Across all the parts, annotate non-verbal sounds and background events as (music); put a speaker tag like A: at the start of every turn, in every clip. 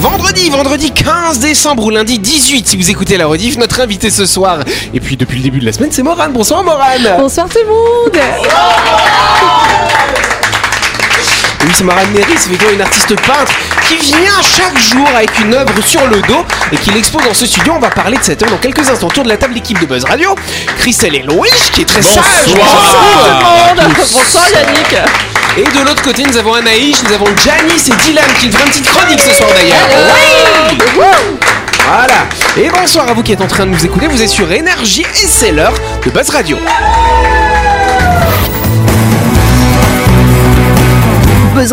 A: Vendredi, vendredi 15 décembre ou lundi 18 si vous écoutez la rediff, notre invité ce soir. Et puis depuis le début de la semaine, c'est Morane. Bonsoir Morane.
B: Bonsoir tout le monde
A: Oui, c'est Morane Méry, c'est effectivement une artiste peintre qui vient chaque jour avec une œuvre sur le dos et qui l'expose dans ce studio. On va parler de cette œuvre dans quelques instants. Autour de la table, l'équipe de Buzz Radio, Christelle et Louis, qui est très sage.
B: Bonsoir tout le monde Bonsoir Yannick
A: Et de l'autre côté, nous avons Anaïs, nous avons Janice et Dylan qui font une petite chronique ce soir d'ailleurs. Oui voilà. Et bonsoir à vous qui êtes en train de nous écouter. Vous êtes sur Énergie et c'est l'heure de Buzz Radio.
C: Buzz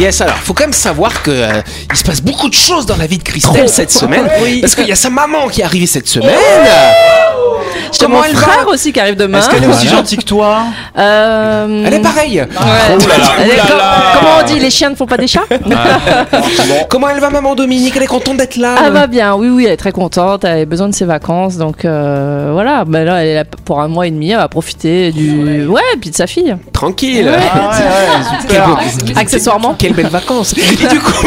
A: Yes, alors, faut quand même savoir que euh, il se passe beaucoup de choses dans la vie de Christelle cette semaine. Parce qu'il y a sa maman qui est arrivée cette semaine. Oh.
B: J'ai mon frère aussi qui arrive demain.
D: Est-ce qu'elle est aussi gentille que toi
B: Euh,
A: Hein Elle est pareille.
B: ouais.
D: Oh là là,
B: Elle est
D: oh là
B: com-
D: là.
B: Comment on dit Les chiens ne font pas des chats
A: Comment elle va, maman Dominique Elle est contente d'être là.
B: Ah bah bien, oui oui, elle est très contente, elle a besoin de ses vacances, donc euh, voilà, bah là elle est là pour un mois et demi, elle va profiter du... Ouais, puis de sa fille.
A: Tranquille.
B: super. Accessoirement.
A: Quelles belles
B: (laughs)
A: vacances. Et du coup,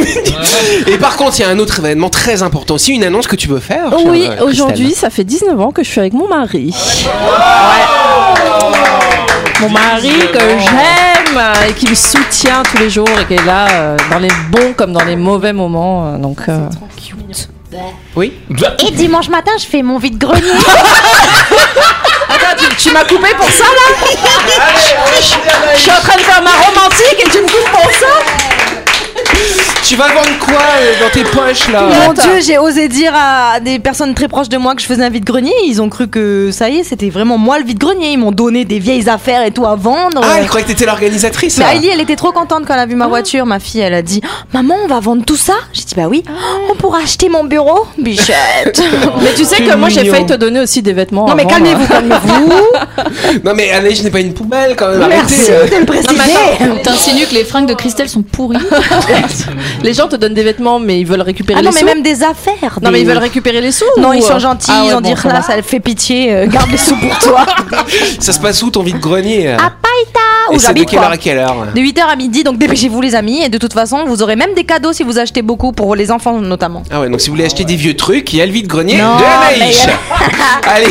A: et par contre, il y a un autre événement très important aussi, une annonce que tu peux faire. chère,
E: Oh
A: euh,
B: Oh Oui,
A: Christelle.
B: aujourd'hui, ça fait 19 ans que je suis avec mon mari. Ouais. Mon mari que j'aime euh, et qui me soutient tous les jours et qui est là euh, dans les bons comme dans les mauvais moments. euh,
F: Ah,
B: Donc, euh,
A: Oui.
E: Et dimanche matin, je fais mon vide-grenier.
B: Attends, tu, tu m'as coupé pour ça là Je suis en train de faire ma romantique et tu me coupes pour ça
A: Tu vas vendre quoi euh, dans tes poches là
E: Mon Dieu, j'ai osé dire à des personnes très proches de moi que je faisais un vide-grenier. Ils ont cru que ça y est, c'était vraiment moi le vide-grenier. Ils m'ont donné des vieilles affaires et tout à vendre. Euh,
A: Ah, elle croyait que t'étais l'organisatrice.
E: Mais
A: là.
E: Ailey, elle était trop contente quand elle a vu ma voiture. Ma fille, elle a dit Oh, Maman, on va vendre tout ça J'ai dit Bah oui, on pourra acheter mon bureau, (laughs) bichette.
F: Oh,
B: Mais tu sais que moi j'ai failli te donner aussi des vêtements.
E: non, mais
B: avant, euh.
E: calmez-vous, calmez-vous.
A: Non mais Anaïs n'est pas une poubelle quand même.
E: Merci
A: Arrêtez. euh.
E: de le préciser.
F: T'insinues que les fringues de Christelle sont pourries.
B: euh, (laughs) Les gens te donnent des vêtements mais ils veulent récupérer
E: Ah non,
B: les
E: mais
B: sous.
E: même des affaires.
B: Non mais
E: des-
B: ils veulent récupérer les sous.
E: Non,
B: ou,
E: ils sont
B: euh,
E: gentils,
B: ah
E: ils
B: ouais,
E: ont
B: bon,
E: dit
B: ça
E: là,
B: va.
E: ça le fait pitié, euh, garde les sous pour toi.
A: euh, Ça se passe où ton vide-grenier
E: À Païta,
A: Et
E: où
A: c'est de
E: j'habite
A: quelle
E: quoi.
A: heure à quelle heure
E: De 8h à midi, donc dépêchez-vous les amis. Et de toute façon, vous aurez même des cadeaux si vous achetez beaucoup pour les enfants notamment.
A: Ah ouais, donc si vous voulez acheter des vieux trucs, il y a le vide-grenier de
E: Non, euh,
A: Anaïs. (laughs) Allez,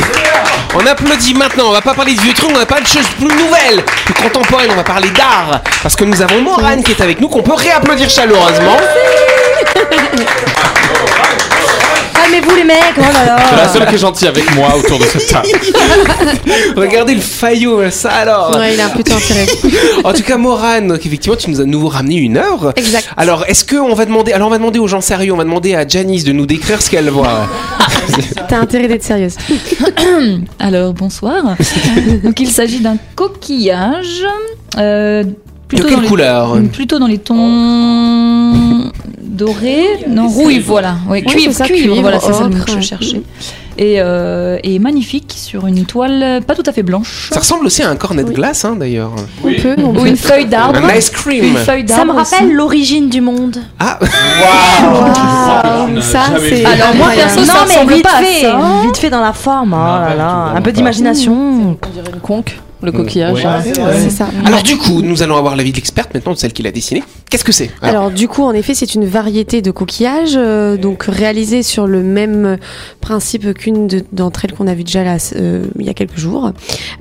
A: on applaudit maintenant. On va pas parler de vieux trucs, on va parler de choses plus nouvelles, plus contemporaines. On va parler d'art. Parce que nous avons Morane qui est avec nous, qu'on peut réapplaudir chaleureusement.
E: Calmez-vous les mecs, oh là là.
D: C'est la seule qui est gentille avec moi autour de cette table.
A: Regardez le faillot, là, ça alors.
F: Ouais, il a un putain intérêt.
A: En tout cas, Morane, donc effectivement, tu nous as de nouveau ramené une œuvre.
F: Exact.
A: Alors, est-ce que on va demander Alors, on va demander aux gens sérieux. On va demander à Janice de nous décrire ce qu'elle voit.
F: T'as intérêt d'être sérieuse. Alors, bonsoir. Donc, il s'agit d'un coquillage. euh,
A: De
F: plutôt dans
A: quelle
F: les- Mm.
A: couleur euh
F: Plutôt dans les tons dorés. Non, rouille, voilà. Oui,
G: Ouais,
F: cuivre,
G: c'est ça,
F: cuivre,
G: cuivre,
F: voilà, c'est ça le
G: ocre,
F: mot que je
G: ouais.
F: cherchais. Et, euh, et magnifique sur une toile pas tout à fait blanche.
A: Ça ressemble aussi à un cornet de glace, hein, d'ailleurs.
G: On peut, on
F: Ou
G: peut.
F: une feuille d'arbre.
A: Un ice
F: Une
A: cream.
F: feuille d'arbre.
E: Ça me
F: aussi.
E: rappelle l'origine du monde.
A: Ah,
G: Waouh, Ah, ça c'est.
F: Alors, moi, perso, ça
E: non mais
F: ressemble
E: vite
F: pas à
E: fait,
F: ça.
E: vite fait dans la forme. Oh là là, un peu
F: Mmh.
E: d'imagination.
B: On dirait une conque, le coquillage. hein.
G: Ah, C'est ça.
A: alors du coup, nous allons avoir l'avis de l'experte maintenant, de celle qui l'a dessiné. Qu'est-ce que c'est Alors,
G: Alors du coup, en effet, c'est une variété de coquillages, euh, donc réalisée sur le même principe qu'une de- d'entre elles qu'on a vue déjà là, euh, il y a quelques jours.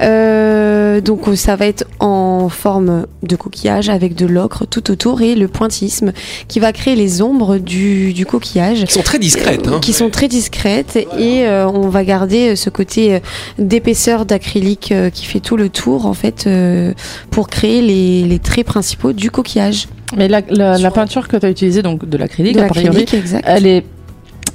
G: Euh, donc euh, ça va être en forme de coquillage avec de l'ocre tout autour et le pointillisme qui va créer les ombres du, du coquillage.
A: Elles sont très discrètes. Hein.
F: Euh,
G: qui sont très discrètes et euh, on va garder euh, ce côté euh, d'épaisseur d'acrylique euh, qui fait tout le tour en fait euh, pour créer les, les traits principaux du coquillage
B: Mais la, la- la peinture que tu as utilisée, donc de l'acrylique,
G: de
B: a priori,
G: l'acrylique exact.
B: elle est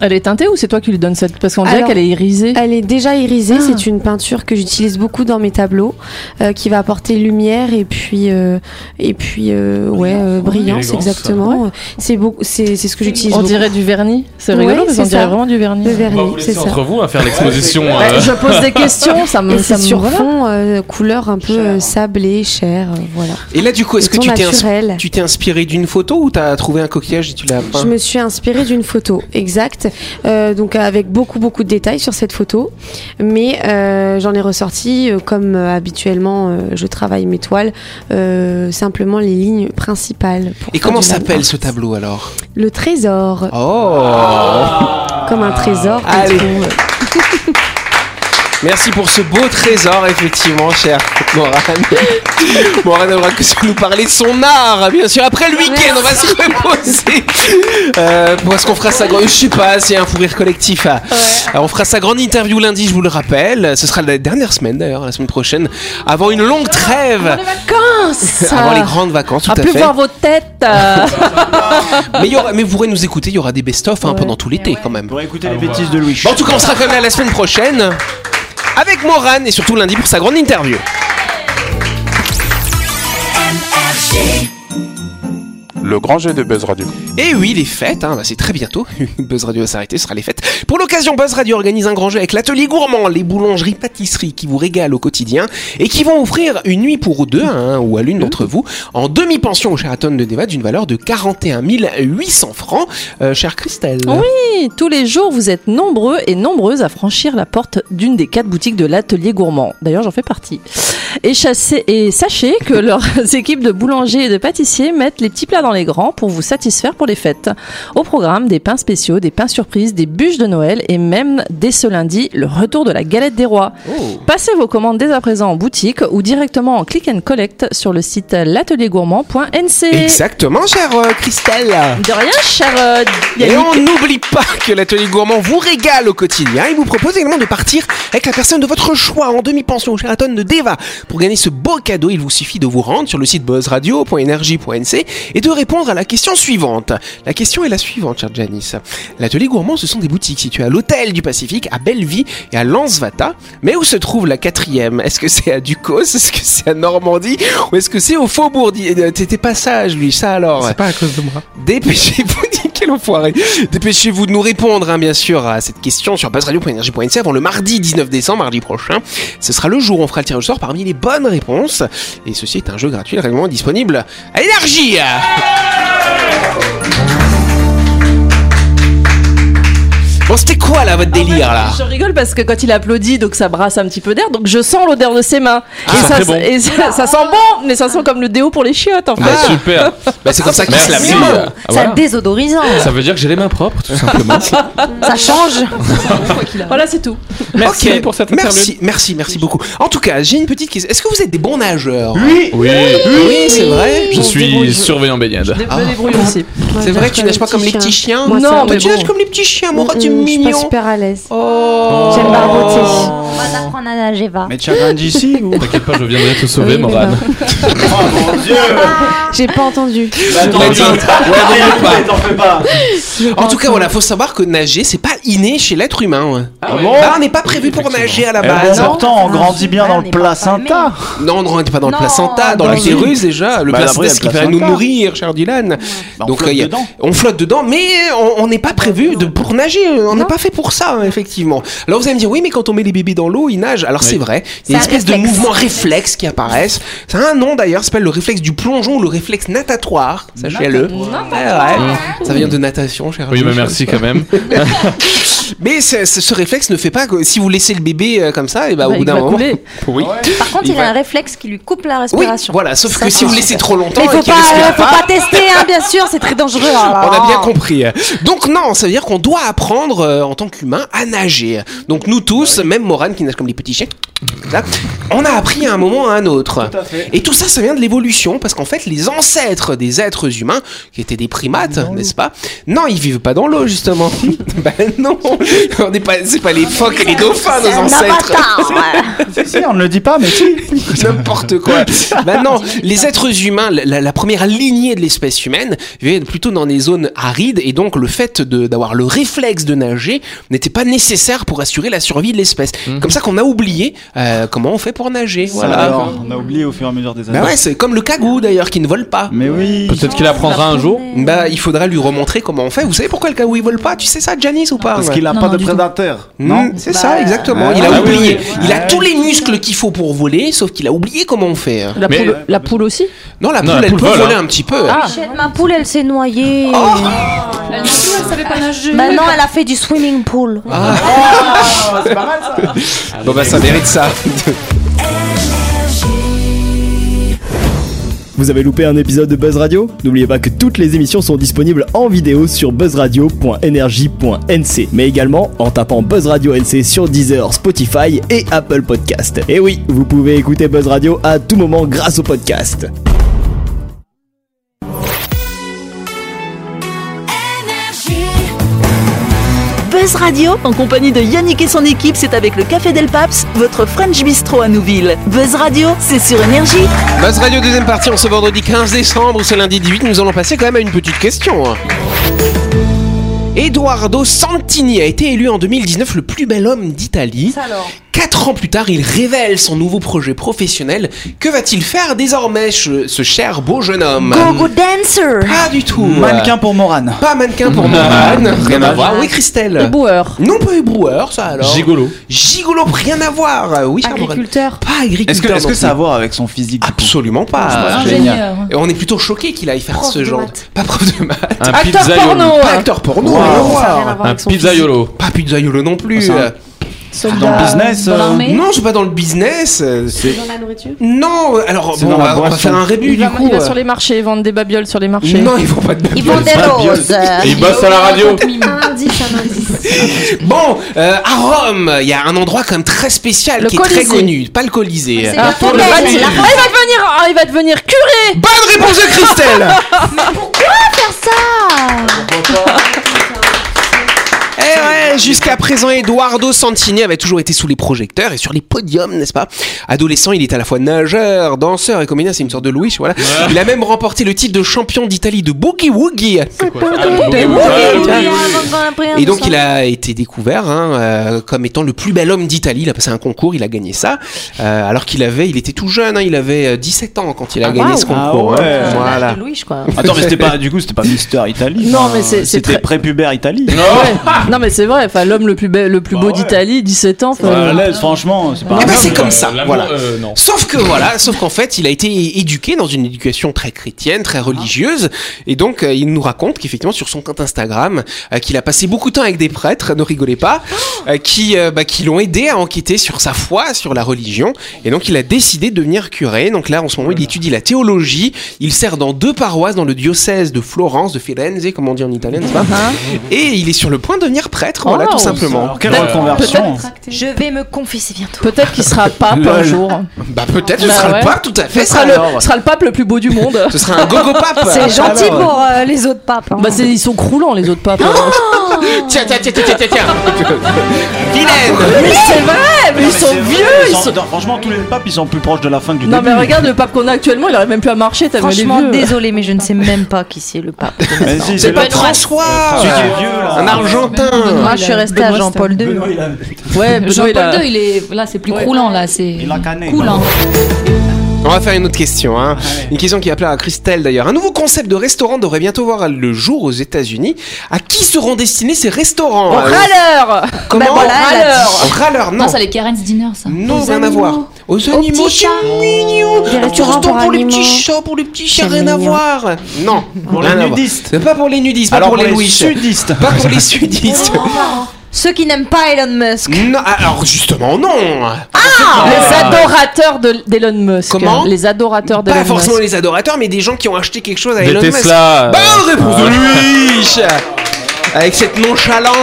B: Elle est teintée ou c'est toi qui lui donnes cette Parce qu'on dirait
G: Alors-
B: qu'elle est irisée.
G: Elle est déjà irisée,
B: Ah.
G: c'est une peinture que j'utilise beaucoup dans mes tableaux, euh, qui va apporter lumière et puis euh, et puis euh, ouais euh, brillance
D: Élégance.
G: exactement. C'est beaucoup, c'est c'est ce que j'utilise.
B: On
G: beaucoup.
B: dirait du vernis. C'est
G: Ouais,
B: rigolo parce
G: c'est
B: qu'on dirait
G: ça.
B: vraiment du vernis.
G: le
D: On va
G: vernis,
D: vous
G: c'est
D: laisser
G: ça.
D: entre vous à faire l'exposition.
B: Ouais,
D: euh,
B: je pose des questions, ça me.
G: Et
B: ça
G: c'est
B: me-
G: sur
B: voilà.
G: fond euh, couleur un peu euh, sablée, chair, euh, voilà.
A: Et là, du coup, est-ce
G: Le
A: que
G: ton
A: tu t'es, ins-
G: naturel.
A: tu t'es inspiré d'une photo ou t'as trouvé un coquillage et tu l'as peint
G: Je me suis inspirée d'une photo, exacte, euh, donc avec beaucoup beaucoup de détails sur cette photo, mais euh, j'en ai ressorti, euh, comme euh, habituellement euh, je travaille mes toiles, euh, simplement les lignes principales. pour
A: Et
G: faire
A: comment
G: du
A: s'appelle
G: line
A: ce
G: art.
A: tableau alors
G: Le trésor, Ah.
A: Oh Ah,
G: comme un trésor. qu'on
A: Allez.
G: trouve.
A: Merci pour ce beau trésor, effectivement, cher Morane. Morane aura que nous parler de son art, bien sûr. Après le week-end, on va se reposer. Euh, parce qu'on fera sa grande. Je sais pas, c'est un fou rire collectif. ah. Alors, on fera sa grande interview lundi, je vous le rappelle. Ce sera la dernière semaine, d'ailleurs, la semaine prochaine. Avant une longue trêve. Avant les grandes vacances, tout
B: À
A: à
B: plus
A: fait.
B: voir vos têtes. euh,
A: Mais, il y aura- mais vous pourrez nous écouter, il y aura des best-of hein, pendant tout l'été quand même.
H: On va écouter les bêtises de Louis.
A: Bon, en tout cas, on sera quand même là la semaine prochaine avec Morane et surtout lundi pour sa grande interview.
I: Le grand jeu de Buzz Radio.
A: Et oui, les fêtes, hein, bah, c'est très bientôt. (laughs) Buzz Radio va s'arrêter, ce sera les fêtes. Pour l'occasion, Buzz Radio organise un grand jeu avec l'atelier gourmand, les boulangeries, pâtisseries qui vous régalent au quotidien et qui vont offrir une nuit pour deux à un ou à l'une d'entre vous en demi-pension au Sheraton de Neva d'une valeur de 41 800 francs. Euh, chère Christelle.
B: Oui. Tous les jours, vous êtes nombreux et nombreuses à franchir la porte d'une des quatre boutiques de l'atelier gourmand. D'ailleurs, j'en fais partie. Et, chassez- et sachez que (laughs) leurs équipes de boulangers et de pâtissiers mettent les petits plats dans les grands pour vous satisfaire pour les fêtes. Au programme, des pains spéciaux, des pains surprises, des bûches de Noël et même, dès ce lundi, le retour de la galette des rois.
A: Oh.
B: Passez vos commandes dès à présent en boutique ou directement en click and collect sur le site l'ateliergourmand.nc.
A: Exactement, chère euh, Christelle.
B: De rien, cher euh,
A: Et
B: Yannick.
A: on n'oublie pas que l'atelier gourmand vous régale au quotidien. Il vous propose également de partir avec la personne de votre choix en demi-pension au Sheraton de Deva. Pour gagner ce beau cadeau, il vous suffit de vous rendre sur le site buzzradio.energie.nc et de répondre à la question suivante. La question est la suivante, cher Janice. L'atelier gourmand, ce sont des boutiques situées à l'Hôtel du Pacifique, à Belleville et à Lansvata. Mais où se trouve la quatrième Est-ce que c'est à Ducos Est-ce que c'est à Normandie Ou est-ce que c'est au Faubourg d'I- euh, T'étais pas sage, lui, ça alors
D: C'est pas à cause de moi.
A: Dépêchez-vous, (laughs) quel enfoiré Dépêchez-vous de nous répondre, hein, bien sûr, à cette question sur buzzradio.energie.nc avant le mardi 19 décembre, mardi prochain. Ce sera le jour où on fera le tirage au sort parmi les bonnes réponses. Et ceci est un jeu gratuit, le règlement est disponible à Énergie Bon, c'était quoi, là, votre délire, là
B: Je rigole parce que quand il applaudit, donc ça brasse un petit peu d'air, donc je sens l'odeur de ses mains.
A: Ah,
B: et ça,
D: très bon.
B: et ça, ça sent bon, mais ça sent comme le déo pour les chiottes en fait.
D: Bah, super.
A: Bah, c'est comme ça qu'il se lave
D: Merci.
A: les mains.
D: Ah, voilà.
E: désodorisant.
D: Ça veut dire que j'ai les mains propres, tout simplement.
E: Ça change.
B: Voilà, c'est tout.
D: Merci
A: Ok,
D: pour cette
A: Merci, merci, merci beaucoup. En tout cas, j'ai une petite question. Est-ce que vous êtes des bons nageurs
D: interlude. Oui,
A: Oui, c'est vrai.
D: Je
B: On se débrouille.
D: suis surveillant baignade.
B: Je
A: Ah.
B: me débrouille aussi.
G: Moi,
A: C'est
G: je
A: vrai
G: nage
A: que tu nages pas comme les petits chiens.
G: Moi,
B: Non,
G: ça,
B: mais
A: tu
B: bon.
A: nages comme les petits chiens, mon rat, tu es
G: Mm, mm, Je suis pas
A: mignon.
G: super à l'aise.
A: Oh.
G: J'aime barboter.
F: Oh.
J: On va t'apprendre à nager, va.
H: Mais tu as d'ici ou
D: T'inquiète pas, je viendrai te sauver,
G: Oui, mais
D: Morane.
H: (laughs) Oh mon dieu
A: Ah.
G: J'ai pas entendu.
H: Bah, attends,
A: Ouais,
H: mais-
A: t'en-
H: Ouais, mais t'en fais pas
G: J'ai pas
A: En tout cas,
G: entendu.
A: voilà, faut savoir que nager, c'est pas inné chez l'être humain. ouais.
H: Ah bon
A: Bah, on n'est pas prévu pour nager à la
H: Eh ben,
A: base. bah non,
H: pourtant, on
E: Ah,
H: grandit bien dans
E: on
H: le
E: est pas
H: placenta.
A: non, on n'est pas dans le
E: Non,
A: placenta, dans
H: bah
A: l'utérus déjà. Le
H: Bah,
A: placenta,
H: après,
A: c'est ce qui
H: le
A: va nous
H: placenta.
A: nourrir, cher Dylan.
H: Bah, on
A: Donc,
H: flotte
A: euh, y a-
H: dedans.
A: On flotte dedans, mais on on n'est pas prévu de, pour nager. On n'est pas fait pour ça, hein, effectivement. Alors vous allez me dire, oui, mais quand on met les bébés dans l'eau, ils nagent. Alors c'est vrai, il y a une
E: C'est un
A: espèce de
E: réflexe.
A: mouvement réflexe qui apparaissent. C'est un nom d'ailleurs, ça s'appelle le réflexe du plongeon ou le réflexe natatoire, sachez-le. Ouais, ouais. Ça vient de natation, cher
D: Oui, mais
A: Jules.
D: merci quand même.
A: Mais ce, ce- ce réflexe ne fait pas que si vous laissez le bébé euh, comme ça, et bah,
B: Bah,
A: au bout
B: il
A: d'un
B: va
A: moment.
B: couler.
A: Oui.
J: Par contre,
A: Il
J: il,
A: va-
J: a un réflexe qui lui coupe la
A: Oui,
J: respiration.
A: voilà, sauf que si vous le laissez trop longtemps
E: Mais
A: et
E: faut
A: qu'il
E: pas,
A: respire
E: faut
A: pas,
E: pas tester, hein, bien sûr, c'est très dangereux.
A: on
E: hein,
A: a
E: Ah.
A: bien compris. Donc non, ça veut dire qu'on doit apprendre euh, en tant qu'humain à nager. Donc nous tous, même Morane qui nage comme les petit chèque. Là, on a appris à un moment à un autre.
H: Tout à fait.
A: Et tout ça, ça vient de l'évolution, parce qu'en fait, les ancêtres des êtres humains, qui étaient des primates, n'est-ce pas Non, ils vivent pas dans l'eau, justement. (laughs) ben non, on n'est pas, c'est pas les phoques et les dauphins, nos ancêtres. (laughs)
H: Si, si, on ne le dit pas, mais si.
A: N'importe
H: (laughs)
A: quoi. Maintenant, les êtres humains, la- la, la première lignée de l'espèce humaine, vivait plutôt dans des zones arides et donc le fait de- d'avoir le réflexe de nager n'était pas nécessaire pour assurer la survie de l'espèce.
H: Mhm.
A: Comme ça qu'on a oublié euh, comment on fait pour nager. voilà.
H: Alors, on a oublié au fur et à mesure des années.
A: Bah ouais, c'est comme le cagou d'ailleurs qui ne vole pas.
H: Mais oui.
D: Peut-être qu'il apprendra un jour.
H: Mhm.
A: Bah, il faudra lui remontrer comment on fait. Vous savez pourquoi le cagou il vole pas Tu sais ça, Janice ou pas
H: Parce
A: ouais
H: qu'il n'a
F: Non,
H: pas
F: non,
H: de
F: du tout.
H: prédateur.
A: Non,
H: Non
A: c'est ça, exactement.
H: Ah,
A: il a
H: oui,
A: oublié.
H: oui, oui.
A: Il a
H: Ah,
A: tous
H: oui.
A: les muscles qu'il faut pour voler, sauf qu'il a oublié comment faire.
B: La,
D: Mais-
B: poule, la poule aussi
A: Non, la poule,
D: Non, la
A: elle
D: poule
A: peut
D: vole,
A: voler
D: hein.
A: un petit peu.
B: Ah.
E: Shit, ma poule, elle s'est noyée.
A: Oh.
F: Elle savait pas nager.
E: Maintenant, elle a fait du swimming pool.
H: Ah, c'est pas mal ça.
A: Bon bah ça mérite ça.
K: Vous avez loupé un épisode de Buzz Radio N'oubliez pas que toutes les émissions sont disponibles en vidéo sur buzzradio.energie.nc, mais également en tapant Buzz Radio NC sur Deezer, Spotify et Apple Podcast. Et oui, vous pouvez écouter Buzz Radio à tout moment grâce au podcast.
C: Buzz Radio, en compagnie de Yannick et son équipe, c'est avec le Café Del Paps, votre French Bistro à Nouville. Buzz Radio, c'est sur Énergie.
A: Buzz Radio deuxième partie en ce vendredi 15 décembre ou ce lundi 18, nous allons passer quand même à une petite question. hein. Eduardo Santini a été élu en 2019 le plus bel homme d'Italie. Quatre ans plus tard, il révèle son nouveau projet professionnel. Que va-t-il faire désormais, ce ce cher beau jeune homme
E: Go-go dancer.
A: Pas du tout.
H: Mannequin pour Morane.
A: Pas mannequin pour
H: (laughs)
A: Morane. Rien à
D: dommage.
A: voir. Oui, Christelle.
B: Éboueur.
A: Non, pas ébroueur, ça alors.
D: Gigolo.
A: Gigolo, rien à voir. Euh, Oui, Charles Morane.
F: Agriculteur.
A: Pas agriculteur.
H: Est-ce que, est-ce que
A: non
H: ça a
A: plus.
H: à voir avec son physique du coup
A: Absolument pas.
F: Ingénieur.
A: Et on est plutôt choqué qu'il aille faire
G: Prof
A: ce
G: de
A: genre.
G: maths.
A: Pas prof de maths.
D: Un
B: Acteur
D: pizzaiolo.
B: porno.
A: Pas acteur porno.
H: Wow.
A: rien à
G: Ça a rien à
A: voir.
G: voir
D: Un
G: avec son
D: pizzaiolo.
A: Pas pizzaiolo non plus.
H: Oh, Ça,
A: Euh,
H: Dans le business
F: Dans
H: euh,
F: l'armée
A: Non, c'est pas dans le business. euh,
G: physique.
A: C'est
G: Dans la nourriture
A: non. Alors
H: C'est
A: bon,
H: dans
A: on
H: la
A: va, on va
H: boisson.
A: faire un
B: Il
A: rébut du
B: va,
A: coup.
B: il va
A: euh.
B: sur les marchés, vendre des babioles sur les marchés.
A: Non, ils vont pas de
E: Ils vendent des roses.
D: Et il bosse à la radio.
G: Un indice, un indice.
A: Bon, euh, à Rome, il y a un endroit quand même très spécial
B: Le
A: qui est
B: Colisée.
A: très connu. Pas le Colisée.
E: C'est
A: Euh,
E: la
B: Ah, il,
E: poubelle, la-
B: va devenir, ah, il va devenir curé
A: Bonne réponse de Christelle. Eh ouais, jusqu'à présent, Eduardo Santini avait toujours été sous les projecteurs et sur les podiums, n'est-ce pas Adolescent, il est à la fois nageur, danseur et comédien, c'est une sorte de Louis, voilà. Il a même remporté le titre de champion d'Italie de Boogie Woogie. Et donc il a été découvert hein, euh, comme étant le plus bel homme d'Italie. Il a passé un concours, il a gagné ça. Euh, alors qu'il avait, il était tout jeune, hein, il avait euh, 17 ans quand il a gagné ce
H: Ah
A: concours. hein.
H: ouais.
A: Voilà.
B: Louis, quoi.
H: (laughs) Attends, mais c'était pas, du coup, c'était pas Mister Italie.
B: Non,
H: enfin,
B: mais c'est- c'est
H: C'était
B: très-
H: prépubère Italie.
A: Bah
B: Non, mais c'est vrai, enfin, l'homme le plus, bel- le plus
H: Bah
B: beau
H: ouais.
B: d'Italie, 17 ans. enfin,
H: Euh, là, franchement, c'est pas.
A: Eh
H: un
A: ben,
H: homme,
A: c'est
H: quoi.
A: comme ça,
D: L'amour,
A: voilà.
D: euh, non.
A: Sauf que voilà, sauf qu'en fait, il a été éduqué dans une éducation très chrétienne,
B: Ah.
A: très religieuse, et donc euh, il nous raconte qu'effectivement sur son compte Instagram, euh, qu'il a passé beaucoup de temps avec des prêtres, ne rigolez pas,
B: Oh.
A: euh, qui euh, bah, qui l'ont aidé à enquêter sur sa foi, sur la religion, et donc il a décidé de devenir curé. Donc là, en ce moment, il étudie la théologie. Il sert dans deux paroisses dans le diocèse de Florence, de Firenze, comme on dit en italien, n'est-ce pas Et il est sur le point de devenir prêtre, voilà
B: Uh-huh. Oh,
A: tout simplement.
H: Alors, quelle reconversion
E: Je vais me confesser bientôt.
B: Peut-être qu'il
A: (laughs)
B: sera pape un
H: Lol.
B: jour.
A: Bah peut-être ce
B: Bah
A: sera
B: ouais.
A: le pape, tout à fait.
B: Ce sera, le,
A: ça, alors.
B: ce sera le pape le plus beau
A: (laughs)
B: du monde.
A: Ce sera un gogo
B: (laughs)
A: pape. Ah, bah,
E: C'est gentil
H: alors.
E: pour euh, les autres papes. hein.
B: Bah, c'est- ils sont croulants, les autres papes. hein.
A: Tiens, tiens, tiens, tiens, tiens, tiens, tiens. Vilaine.
B: mais c'est vrai, mais ils
H: Ah, C'est
B: sont
H: vrai,
B: vieux. Ils
H: sont-
B: sont...
H: non, Franchement, tous les papes, ils sont plus proches de la fin que du
B: Non,
H: début.
B: mais regarde le pape qu'on a actuellement, il aurait même plus à marcher tellement il est
E: Franchement,
B: vieux.
E: désolé, mais je ne sais même pas qui c'est le pape.
H: Mais si,
A: C'est pas
H: le-
A: François.
H: Celui qui est vieux, là.
A: Un argentin.
E: Moi, je suis restée à Jean-Paul II.
H: Benoît, il
B: (laughs)
H: a-
B: Ouais, Benoît, il a-
F: Jean-Paul II, il est là, c'est plus croulant là, c'est hein.
H: Il a canné,
G: hein.
F: coulant.
A: On va faire une autre question. Hein. Une question qui appelait à Christelle d'ailleurs. Un nouveau concept de restaurant devrait bientôt voir le jour aux États-Unis. À qui seront destinés ces restaurants
B: Au
A: euh,
B: râleur
A: Comment
E: Bah voilà, elle a
A: Au râleur, non.
F: Non, ça les Karen's Dinner ça.
A: Non,
G: Aux
A: rien à
G: animaux.
A: voir. Aux animaux,
G: petits
A: c'est mignon.
G: Des
A: Un petit
G: restaurants
A: restaurant
G: pour
A: pour les
G: animaux.
A: petits chats, pour les petits chats,
G: C'est
A: rien à
G: mignon.
A: voir. Non,
H: Pour
A: rien à
H: les
A: voir.
H: nudistes.
A: C'est pas pour les nudistes, pas
H: Alors
A: pour les louiches.
H: sudistes.
A: Pas pour les
H: (laughs)
A: sudistes.
E: Ceux qui n'aiment pas Elon Musk.
A: Non, ah, alors justement, non. Ah.
H: Ah,
B: Les adorateurs de- d'Elon Musk.
A: Comment
B: Les adorateurs
A: Pas
B: d'Elon
A: forcément
B: Musk.
A: les adorateurs, mais des gens qui ont acheté quelque chose à
D: Des
A: Elon Musk.
D: Tesla. euh,
A: Bonne réponse de Louis avec cette nonchalance,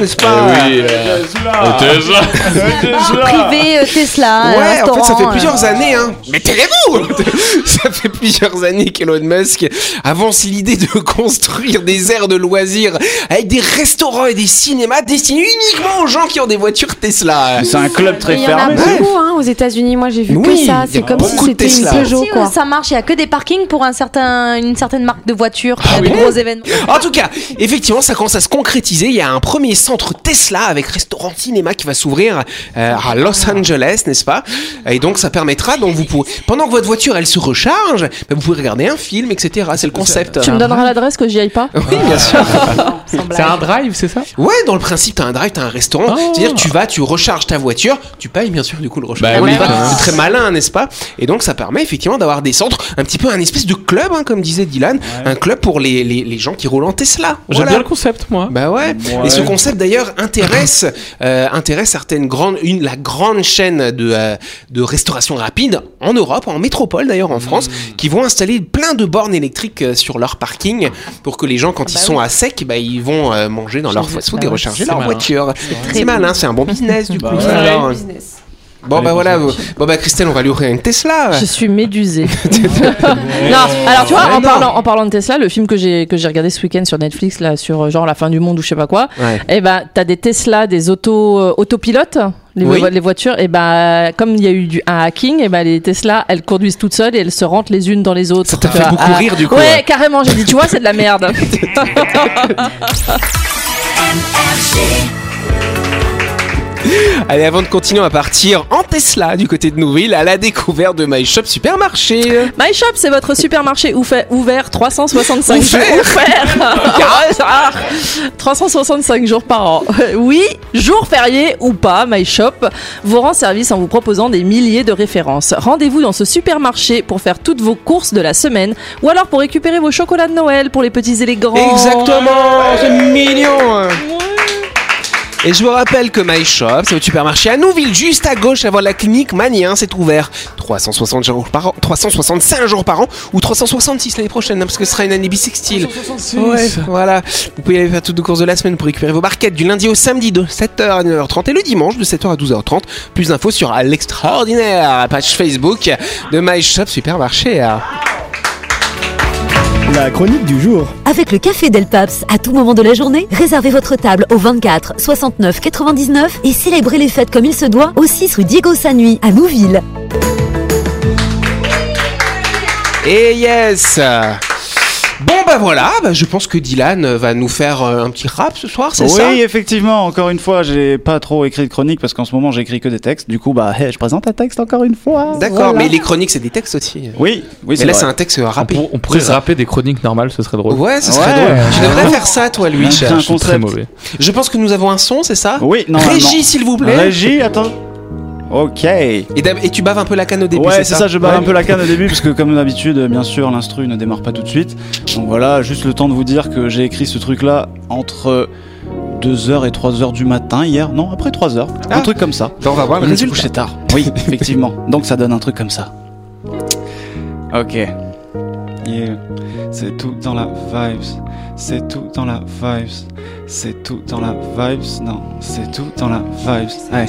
A: n'est-ce pas
D: Eh oui, euh,
A: bah,
D: Tesla. Tesla.
A: Euh, Tesla.
E: Privé euh, Tesla, un
A: Ouais, en fait, ça
E: restaurant,
A: fait
E: euh,
A: plusieurs années, hein. Mais taisez-vous (laughs) Ça fait plusieurs années qu'Elon Musk avance l'idée de construire des aires de loisirs avec des restaurants et des cinémas destinés uniquement aux gens qui ont des voitures Tesla.
H: C'est un club
G: Il y en a beaucoup hein, aux États-Unis. Moi, j'ai vu
A: Oui,
G: que ça.
A: il y
G: C'est
A: a
G: comme si
A: beaucoup de
G: c'était une
A: Tesla.
G: Peugeot,
E: Si,
G: quoi.
E: euh, ça marche, il n'y a que des parkings pour un certain, une certaine marque de voiture, pour
A: oui.
E: les gros événements.
A: En tout cas, effectivement, ça commence à se concrétiser. Il y a un premier centre Tesla avec restaurant cinéma qui va s'ouvrir euh, à Los Angeles, n'est-ce pas Et donc, ça permettra, donc vous pourrez, pendant que votre voiture elle se recharge, bah, vous pouvez regarder un film, etc. C'est le concept.
B: Tu me donneras l'adresse que j'y aille pas
A: Oui,
L: Ah.
A: bien sûr. bah.
L: C'est un drive, c'est ça
A: Ouais, dans le principe, t'as un drive, t'as un
L: Ah.
A: restaurant. C'est-à-dire, que tu vas, tu recharges ta voiture, tu payes bien sûr du coup le rechargement.
L: Bah oui.
A: C'est très malin, n'est-ce pas Et donc, ça permet effectivement d'avoir des centres, un petit peu un espèce de club, hein, comme disait Dylan, un club pour les, les, les gens qui roulent en Tesla.
L: J'aime
A: Voilà.
L: bien le concept, moi.
A: Bah ouais. Et ce concept d'ailleurs intéresse, euh, intéresse certaines grandes, une, la grande chaîne de, euh, de restauration rapide en Europe, en métropole d'ailleurs en
L: Mm.
A: France, qui vont installer plein de bornes électriques euh, sur leur parking pour que les gens, quand ils sont à sec, bah, ils vont euh, manger dans leur fast food et
L: ouais.
A: recharger
L: C'est
A: leur
L: malin.
A: voiture.
L: très
A: C'est
L: bon.
A: malin, c'est un bon business du coup.
L: Bah ouais.
A: ça, alors. Bon
L: Allez,
A: bah voilà, vous- bon bah Christelle, on va lui ouvrir une Tesla.
B: Je suis médusée. (laughs) Non, alors tu vois,
A: Mais
B: en
A: non.
B: parlant, en parlant de Tesla, le film que j'ai que j'ai regardé ce week-end sur Netflix là, sur euh, genre la fin du monde ou je sais pas quoi,
A: Ouais.
B: et ben t'as des Tesla, des auto euh, autopilotes, les,
A: Oui.
B: vo- les voitures, et ben comme il y a eu du, un hacking, et ben les Tesla elles conduisent toutes seules et elles se rentrent les unes dans les autres. Ça
A: t'a fait beaucoup rire, du coup,
B: Ouais,
A: ouais.
B: carrément. J'ai dit tu vois c'est de la merde.
A: Allez, avant de continuer, on va partir en Tesla du côté de Nouville à la découverte de My Shop Supermarché.
B: My Shop, c'est votre supermarché oufa- ouvert 365 jours.
A: Ouvert.
B: Ouvert. (laughs) Ah, 365 jours par an. Euh, Oui, jour férié ou pas, My Shop vous rend service en vous proposant des milliers de références. Rendez-vous dans ce supermarché pour faire toutes vos courses de la semaine ou alors pour récupérer vos chocolats de Noël pour les petits élégants.
A: Exactement, c'est mignon. Et je vous rappelle que My Shop, c'est au supermarché à Nouville, juste à gauche avant la clinique Manien, c'est ouvert 360 jours par an, 365 jours par an ou 366 l'année prochaine, hein, parce que ce sera une année bisextile. Ouais, voilà. Vous pouvez aller faire toutes les courses de la semaine pour récupérer vos barquettes du lundi au samedi de 7h à 9h30 et le dimanche de 7h à 12h30. Plus d'infos sur l'extraordinaire page Facebook de My Shop Supermarché. hein.
K: La chronique du jour.
J: Avec le Café Del Paps, à tout moment de la journée, réservez votre table au 24 69 99 et célébrez les fêtes comme il se doit au 6 rue Diego Sanui à Nouville.
A: Et yes Bon bah voilà, bah, je pense que Dylan euh, va nous faire euh, un petit rap ce soir, c'est
H: oui,
A: ça
H: effectivement, encore une fois, j'ai pas trop écrit de chronique parce qu'en ce moment j'écris que des textes. Du coup, bah, hey, je présente un texte encore une fois.
A: D'accord,
H: Voilà.
A: mais les chroniques c'est des textes aussi.
H: Oui, oui,
A: Mais là
H: vrai.
A: c'est un texte rappé.
L: On pourrait
A: C'est ça.
L: rapper des chroniques normales, ce serait drôle.
A: Ouais, ce serait
L: Ouais.
A: drôle. Tu devrais faire ça toi Louis.
L: C'est un Je suis concept. très mauvais.
A: Je pense que nous avons un son, c'est ça
H: Oui, non.
A: Régie s'il vous plaît.
H: Régie, attends. Ok. Et,
A: d'ab- et tu baves un peu la canne au début,
H: ouais,
A: c'est
H: c'est ça, je barre
A: Ouais.
H: un peu la canne au début, parce que comme d'habitude, bien sûr, l'instru ne démarre pas tout de suite. Donc voilà, juste le temps de vous dire que j'ai écrit ce truc-là entre 2h et 3h du matin hier. Non, après 3h. Un truc comme ça.
A: on va voir Ah. le
H: Je me suis
A: résultat.
H: couché
A: (laughs)
H: tard. Oui, effectivement. Donc ça donne un truc comme ça. Ok. Yeah. C'est tout dans la vibes. C'est tout dans la vibes. C'est tout dans la vibes. Non, c'est tout dans la vibes. Hey.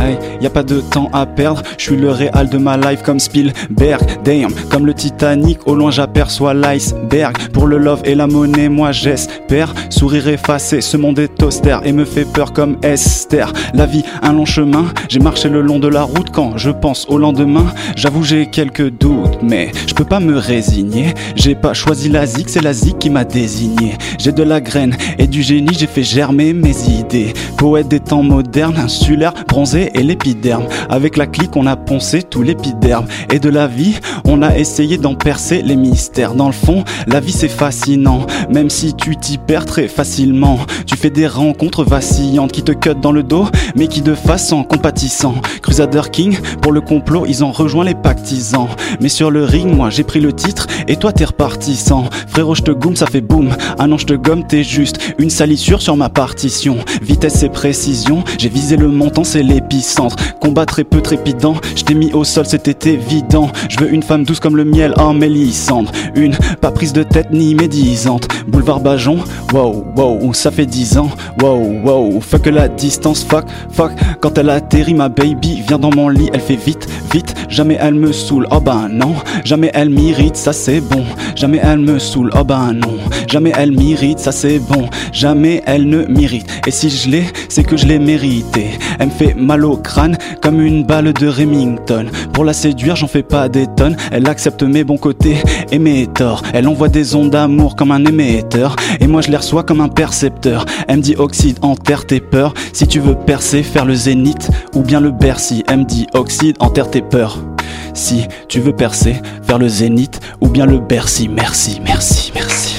H: Hey, y a pas de temps à perdre, je suis le réal de ma life comme Spielberg, damn, comme le Titanic, au loin j'aperçois l'iceberg, pour le love et la monnaie moi j'espère, sourire effacé, ce monde est austère et me fait peur comme Esther, la vie un long chemin, j'ai marché le long de la route quand je pense au lendemain, j'avoue j'ai quelques doutes, mais je peux pas me résigner, j'ai pas choisi la zik, c'est la zik qui m'a désigné, j'ai de la graine et du génie, j'ai fait germer mes idées, poète des temps modernes, insulaire, bronzé et l'épiderme. Avec la clique, on a poncé tout l'épiderme. Et de la vie, on a essayé d'en percer les mystères. Dans le fond, la vie c'est fascinant, même si tu t'y perds très facilement. Tu fais des rencontres vacillantes qui te cut dans le dos, mais qui de face en compatissant. Crusader King, pour le complot, ils ont rejoint les pactisans. Mais sur le ring, moi j'ai pris le titre, et toi t'es reparti sans. Frérot, je te goûte, ça fait boum. Ah non, je te gomme, t'es juste une salissure sur ma partition. Vitesse et précision, j'ai visé le montant, c'est l'épicentre. Combat très peu trépidant, je t'ai mis au sol, c'était évident. Je veux une femme douce comme le miel en mélissandre. Une, pas prise de tête ni médisante. Boulevard Bajon, wow, wow, ça fait 10 ans, wow, wow, fuck la distance, fuck, fuck, quand elle atterrit, ma baby vient dans mon lit, elle fait vite, vite, jamais elle me saoule, oh bah non, jamais elle m'irrite, ça c'est bon, jamais elle me saoule, oh bah non, jamais elle m'irrite, ça c'est bon, jamais elle ne m'irrite, et si je l'ai, c'est que je l'ai mérité, elle me fait mal au crâne, comme une balle de Remington, pour la séduire, j'en fais pas des tonnes, elle accepte mes bons côtés et mes torts, elle envoie des ondes d'amour comme un émetteur, et moi je les reçois comme un percepteur. Elle me dit oxyde, enterre tes peurs. Si tu veux percer, faire le zénith ou bien le Bercy. Elle me dit oxyde, enterre tes peurs. Si tu veux percer, faire le zénith ou bien le Bercy. Merci, merci, merci.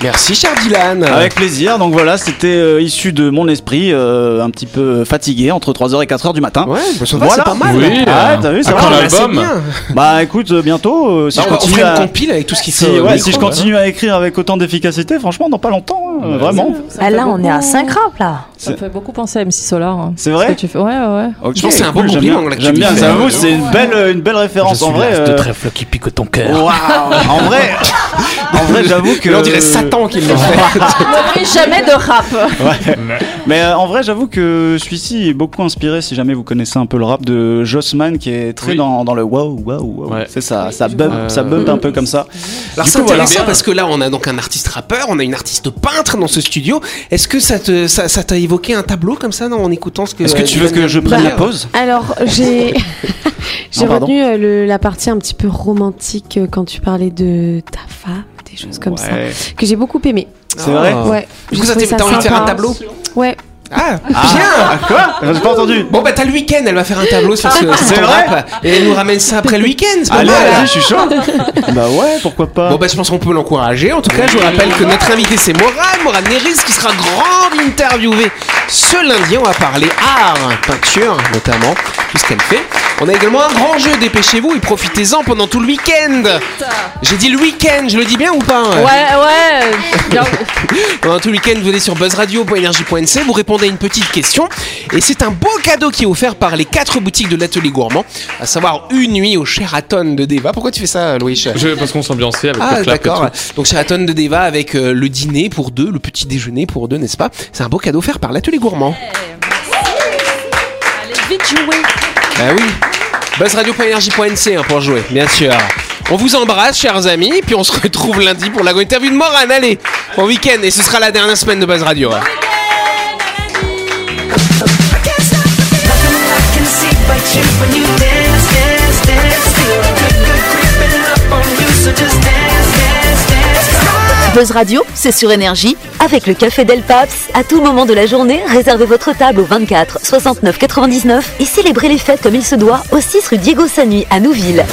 A: Merci, cher Dylan.
H: Avec plaisir. Donc voilà, c'était euh, issu de mon esprit euh, un petit peu fatigué entre 3h et 4h du matin. Ouais,
A: bah, ça va, c'est pas mal. Oui,
H: ah, t'as vu, ça
A: après
H: va.
A: l'album. C'est bien.
H: Bah écoute, euh, bientôt, euh, si
A: Bah,
H: je
A: on va- on
H: continue
A: fera une
H: à...
A: compile avec tout ce qui
H: si,
A: sort au
H: ouais,
A: micro,
H: si je
A: voilà.
H: continue à écrire avec autant d'efficacité, franchement, dans pas longtemps, hein, vraiment.
B: Ah, là, on est à
E: 5
B: raps là. Ça
H: C'est-
B: me fait beaucoup penser à MC Solar. hein.
H: C'est vrai
B: Ce que tu fais. Ouais, ouais, ouais.
H: Ok,
A: Je pense que c'est un beau
H: cool, j'aime
A: compliment,
H: bien,
A: là, que
H: J'aime
A: tu
H: bien,
A: dis.
H: ça
A: Ouais.
H: vous, c'est une belle, euh, une belle référence en vrai. euh,
M: trèfle qui pique ton
D: Oh.
M: cœur.
H: Waouh En vrai, en vrai, j'avoue
A: (laughs)
H: que.
A: Là, on dirait Satan
H: (laughs)
A: qui le fait.
B: Ne fais jamais de rap.
H: Ouais. Mais euh, en vrai, j'avoue que celui-ci est beaucoup inspiré, si jamais vous connaissez un peu le rap, de Jossman, qui est très dans, dans le wow, wow, wow. C'est ça, ça bump, ça bump un peu comme ça.
A: Alors
H: Du
A: c'est
H: coup, voilà.
A: intéressant parce que là on a donc un artiste rappeur, on a une artiste peintre dans ce studio. Est-ce que ça te ça ça t'a évoqué un tableau comme ça non, en écoutant ce que Bah,
H: Est-ce que tu veux que je prenne la pause
G: Alors, (laughs) j'ai j'ai
A: Non, pardon.
G: retenu euh, le- la partie un petit peu romantique euh, quand tu parlais de ta femme, des choses comme
H: Ouais.
G: ça, que j'ai beaucoup aimé.
H: C'est vrai
A: Ah.
G: Ouais.
A: Du
G: j'ai
A: coup, ça
G: trouvé
A: t'est- t'as envie de faire
G: sympa.
A: un tableau
G: Ouais.
A: Ah,
H: Ah,
A: bien
H: Quoi J'ai pas entendu.
A: Bon bah t'as le week-end, elle va faire un tableau sur
H: (laughs)
A: ce
H: C'est
A: sur ton
H: vrai
A: rap et elle nous ramène ça après le week-end. c'est pas
H: Allez,
A: mal.
H: allez, je
A: (laughs)
H: suis chaud. bah ouais, pourquoi pas.
A: Bon bah je pense qu'on peut l'encourager. En tout cas, je vous rappelle que notre invité c'est Morane, Morane Néris qui sera grande interviewée ce lundi. On va parler art, peinture notamment, tout ce qu'elle fait. On a également un grand jeu, dépêchez-vous et profitez-en pendant tout le week-end. J'ai dit le week-end, je le dis bien ou pas hein
B: Ouais, ouais. Bien.
A: Pendant tout le week-end, vous allez sur buzzradio.energie.nc, vous répondez à une petite question, et c'est un beau cadeau qui est offert par les quatre boutiques de l'atelier gourmand, à savoir une nuit au Sheraton de Deva. Pourquoi tu fais ça, Louis
L: Je- parce qu'on s'ambiançait avec
A: Ah
L: le clap et
A: d'accord.
L: tout.
A: Donc Sheraton de Deva avec euh, le dîner pour deux, le petit déjeuner pour deux, n'est-ce pas C'est un beau cadeau offert par l'atelier gourmand.
B: Allez, vite jouer.
A: Bah oui. Buzzradio.energie.nc hein, pour jouer, bien sûr. On vous embrasse, chers amis, puis on se retrouve lundi pour la grande interview de Morane. Allez, bon week-end, et ce sera la dernière semaine de Buzz Radio. hein.
C: Buzz Radio, c'est sur Énergie.
J: Avec le Café Del Paps, à tout moment de la journée, réservez votre table au 24 69 99 et célébrez les fêtes comme il se doit au 6 rue Diego Sanui à Nouville.